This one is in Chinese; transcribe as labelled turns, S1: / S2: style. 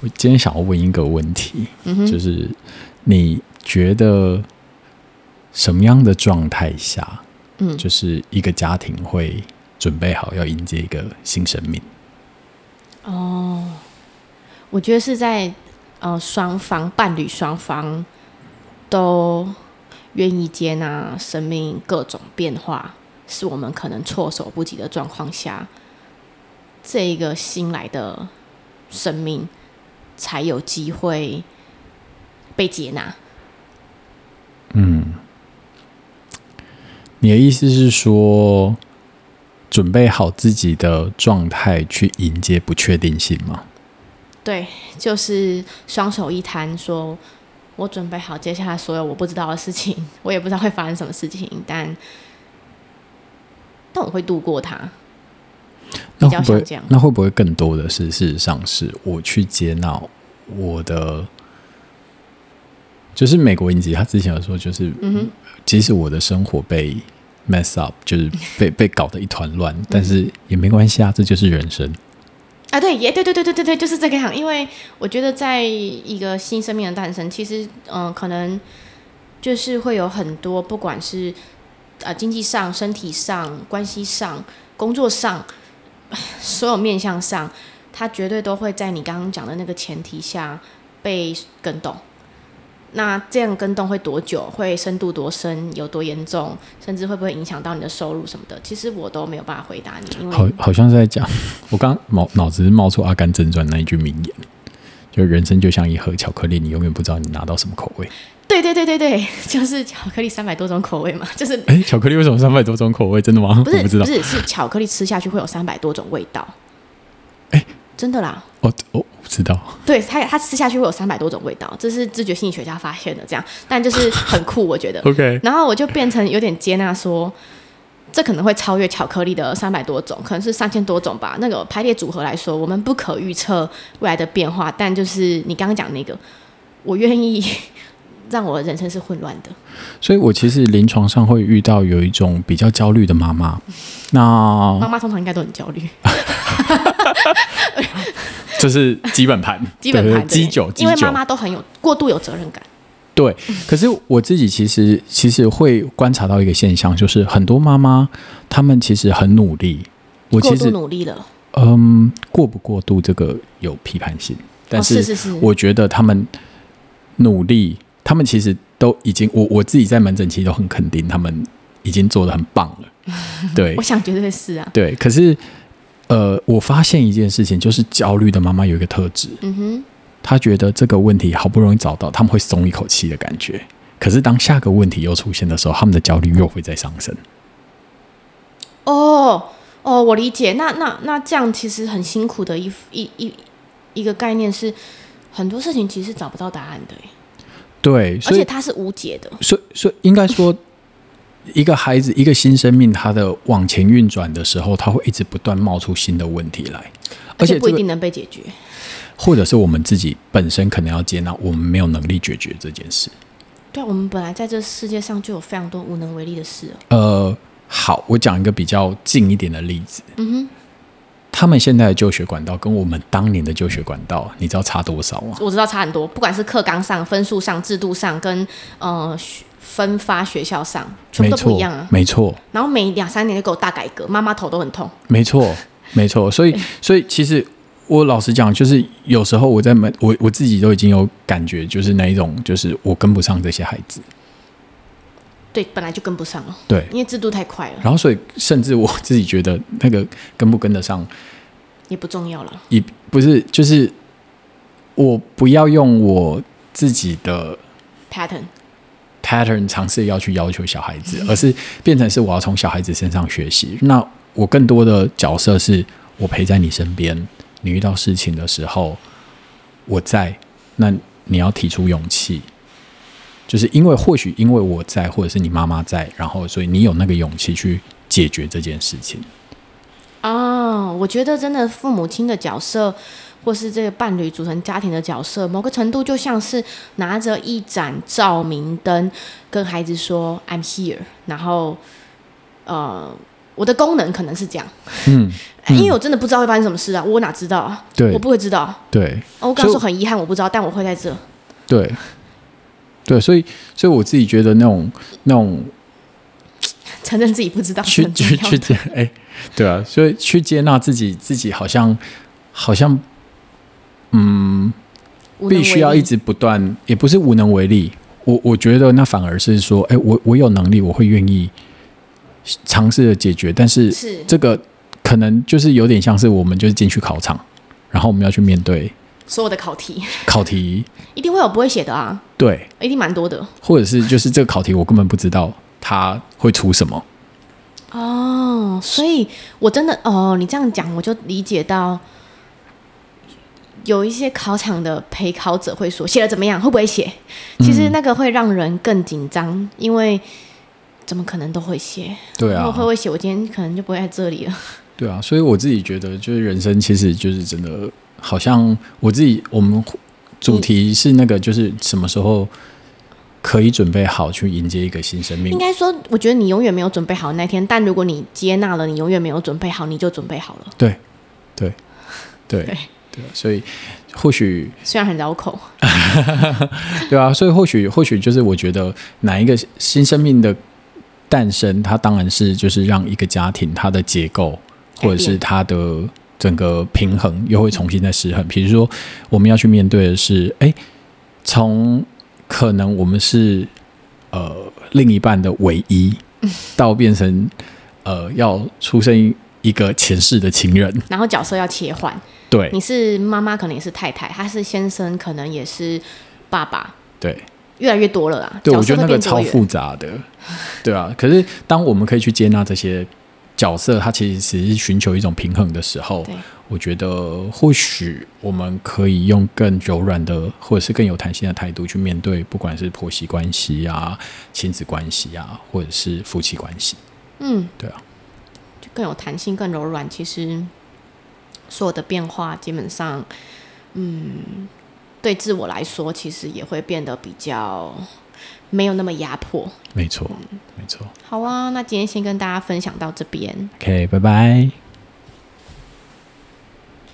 S1: 我今天想要问一个问题，
S2: 嗯哼，
S1: 就是你觉得什么样的状态下，
S2: 嗯，
S1: 就是一个家庭会准备好要迎接一个新生命？
S2: 哦，我觉得是在呃双方伴侣双方都愿意接纳生命各种变化，是我们可能措手不及的状况下，这一个新来的生命才有机会被接纳。
S1: 你的意思是说，准备好自己的状态去迎接不确定性吗？
S2: 对，就是双手一摊，说我准备好接下来所有我不知道的事情， 我也不知道会发生什么事情，但但我会度过它。
S1: 那
S2: 比
S1: 会
S2: 较
S1: 不
S2: 像
S1: 会
S2: 这样
S1: 那会不会更多的是，事实上是我去接纳我的，就是美国影集，他之前有说，就是、
S2: 嗯哼，
S1: 即使我的生活被 mess up，就是 被被搞得一团乱，
S2: 嗯
S1: 但是也没关系啊，这就是人生。
S2: 啊，对，也对对对对对对，就是这个样。因为我觉得，在一个新生命的诞生，其实嗯、呃可能就是会有很多，不管是呃经济上、身体上、关系上、工作上，所有面向上，它绝对都会在你刚刚讲的那个前提下被跟动。那这样跟动会多久？会深度多深？有多严重？甚至会不会影响到你的收入什么的？其实我都没有办法回答你，因为
S1: 好，好像是在讲，我刚脑脑子冒出《阿甘正传》那一句名言，就人生就像一盒巧克力，你永远不知道你拿到什么口味。
S2: 对对对对对， 就是巧克力三百多种口味嘛， 就是
S1: 哎，巧克力为什么三百多种口味？真的吗？
S2: 不是
S1: 我不知道。
S2: 是是巧克力吃下去会有三百多种味道。
S1: 哎
S2: 真的啦，
S1: 哦哦，我知道。
S2: 对它它吃下去会有三百多种味道，这是知觉心理学家发现的，这样，但就是很酷，我 觉得。
S1: OK，
S2: 然后我就变成有点接纳说，这可能会超越巧克力的三百多种，可能是三千多种吧。那个排列组合来说，我们不可预测未来的变化，但就是你刚刚讲那个，我愿意 让我的人生是混乱的。
S1: 所以我其实临床上会遇到有一种比较焦虑的妈妈，那
S2: 妈妈通常应该都很焦虑。
S1: 这是基本盘，
S2: 基本盘
S1: 对基酒，基
S2: 因为
S1: 酒
S2: 妈妈都很有过度有责任感。
S1: 对，可是我自己其实其实会观察到一个现象，就是很多妈妈她们其实很努力，我
S2: 过
S1: 其
S2: 度
S1: 实
S2: 努力了，
S1: 嗯过不过度这个有批判性，但
S2: 哦、是
S1: 是
S2: 是是，
S1: 我觉得她们努力，她们其实都已经我我自己在门诊期都很肯定她们已经做的很棒了，对
S2: 我，想绝对是啊，
S1: 对，可是呃，我发现一件事情，就是焦虑的妈妈有一个特质，
S2: 嗯哼，
S1: 她觉得这个问题好不容易找到，他们会松一口气的感觉。可是当下个问题又出现的时候，他们的焦虑又会再上升。
S2: 哦哦，我理解。那那那这样其实很辛苦的一一一一个概念是，很多事情其实是找不到答案的耶，
S1: 对，
S2: 而
S1: 所
S2: 且
S1: 以
S2: 它是无解的。
S1: 所以所以应该说，一个孩子一个新生命，他的往前运转的时候，他会一直不断冒出新的问题来，而且
S2: 不
S1: 这
S2: 一
S1: 个
S2: 定能被解决，
S1: 或者是我们自己本身可能要接纳，我们没有能力解决这件事。
S2: 对啊，我们本来在这世界上就有非常多无能为力的事哦了。
S1: 呃，好，我讲一个比较近一点的例子。
S2: 嗯
S1: 他们现在的就学管道跟我们当年的就学管道，你知道差多少吗？
S2: 哼，我知道差很多，不管是课纲上、分数上、制度上，跟呃学分发学校上，全
S1: 没
S2: 部都不一
S1: 错
S2: 样啊，。
S1: 没错，
S2: 然后每两三年就给我大改革，妈妈头都很痛。
S1: 没 错，没错。所以，所以其实我老实讲，就是有时候我在门，我我自己都已经有感觉，就是那一种，就是我跟不上这些孩子。
S2: 对，本来就跟不上了，
S1: 对，
S2: 因为制度太快了，
S1: 然后所以甚至我自己觉得那个跟不跟得上，
S2: 也不重要了。
S1: 也不是，就是我不要用我自己的
S2: Pattern，
S1: pattern 尝试要去要求小孩子，而是变成是我要从小孩子身上学习。那我更多的角色是我陪在你身边，你遇到事情的时候，我在。那你要提出勇气，就是因为或许因为我在，或者是你妈妈在，然后所以你有那个勇气去解决这件事情。
S2: 哦，我觉得真的父母亲的角色，或是这个伴侣组成家庭的角色，某个程度就像是拿着一盏照明灯，跟孩子说 “I'm here”，然后呃，我的功能可能是这样， 哎
S1: 嗯，
S2: 因为我真的不知道会发生什么事啊，我哪知道啊？
S1: 对
S2: 我不会知道。
S1: 对
S2: 哦我刚刚
S1: 所
S2: 说
S1: 以
S2: 很遗憾，我不知道，但我会在这。
S1: 对对，所以所以我自己觉得那种那种
S2: 承认自己不知道是
S1: 去
S2: 很重
S1: 去
S2: 要
S1: 去接，哎、对啊，所以去接纳自己，自己好像好像
S2: 无能
S1: 必须要
S2: 为力
S1: 一直不断，也不是无能为力。我我觉得那反而是说，哎、我我有能力，我会愿意尝试着解决，但是
S2: 是
S1: 这个可能就是有点像是我们就是进去考场，然后我们要去面对
S2: 所有的考题，
S1: 考题，
S2: 一定会有不会写的啊，
S1: 对，
S2: 一定蛮多的
S1: 或者是就是这个考题我根本不知道它会出什么，
S2: 哦。所以我真的哦，你这样讲我就理解到，有一些考场的陪考者会说写的怎么样，会不会写？
S1: 嗯
S2: 其实那个会让人更紧张，因为怎么可能都会写？
S1: 对
S2: 如
S1: 啊
S2: 果，会不会写，我今天可能就不会在这里了。
S1: 对啊，所以我自己觉得，就是人生其实就是真的，好像我自己我们主题是那个，就是什么时候可以准备好去迎接一个新生命
S2: 应。该说，我觉得你永远没有准备好那天，但如果你接纳了，你永远没有准备好，你就准备好了。
S1: 对，对，对，
S2: 对
S1: 对啊，所以或许
S2: 虽然很绕口，
S1: 对啊，所以或许或许就是我觉得哪一个新生命的诞生，它当然是就是让一个家庭它的结构或者是它的整个平衡又会重新再失衡。比如说我们要去面对的是，哎，从可能我们是呃另一半的唯一，到变成呃要出生一个前世的情人，
S2: 然后角色要切换，
S1: 对
S2: 你是妈妈，可能也是太太；他是先生，可能也是爸爸。
S1: 对。
S2: 越来越多了啦，
S1: 对，
S2: 角
S1: 我觉
S2: 色
S1: 得
S2: 会
S1: 那个
S2: 变多
S1: 超
S2: 元。
S1: 复杂的， 对啊。可是当我们可以去接纳这些角色，它其实只是寻求一种平衡的时候
S2: 对，
S1: 我觉得或许我们可以用更柔软的，或者是更有弹性的态度去面对，不管是婆媳关系啊、亲子关系啊，或者是夫妻关系。
S2: 嗯，
S1: 对啊，
S2: 就更有弹性，更柔软。其实所有的变化，基本上，嗯，对自我来说，其实也会变得比较没有那么压迫。
S1: 没错，没错。
S2: 好啊，那今天先跟大家分享到这边。
S1: OK，拜拜。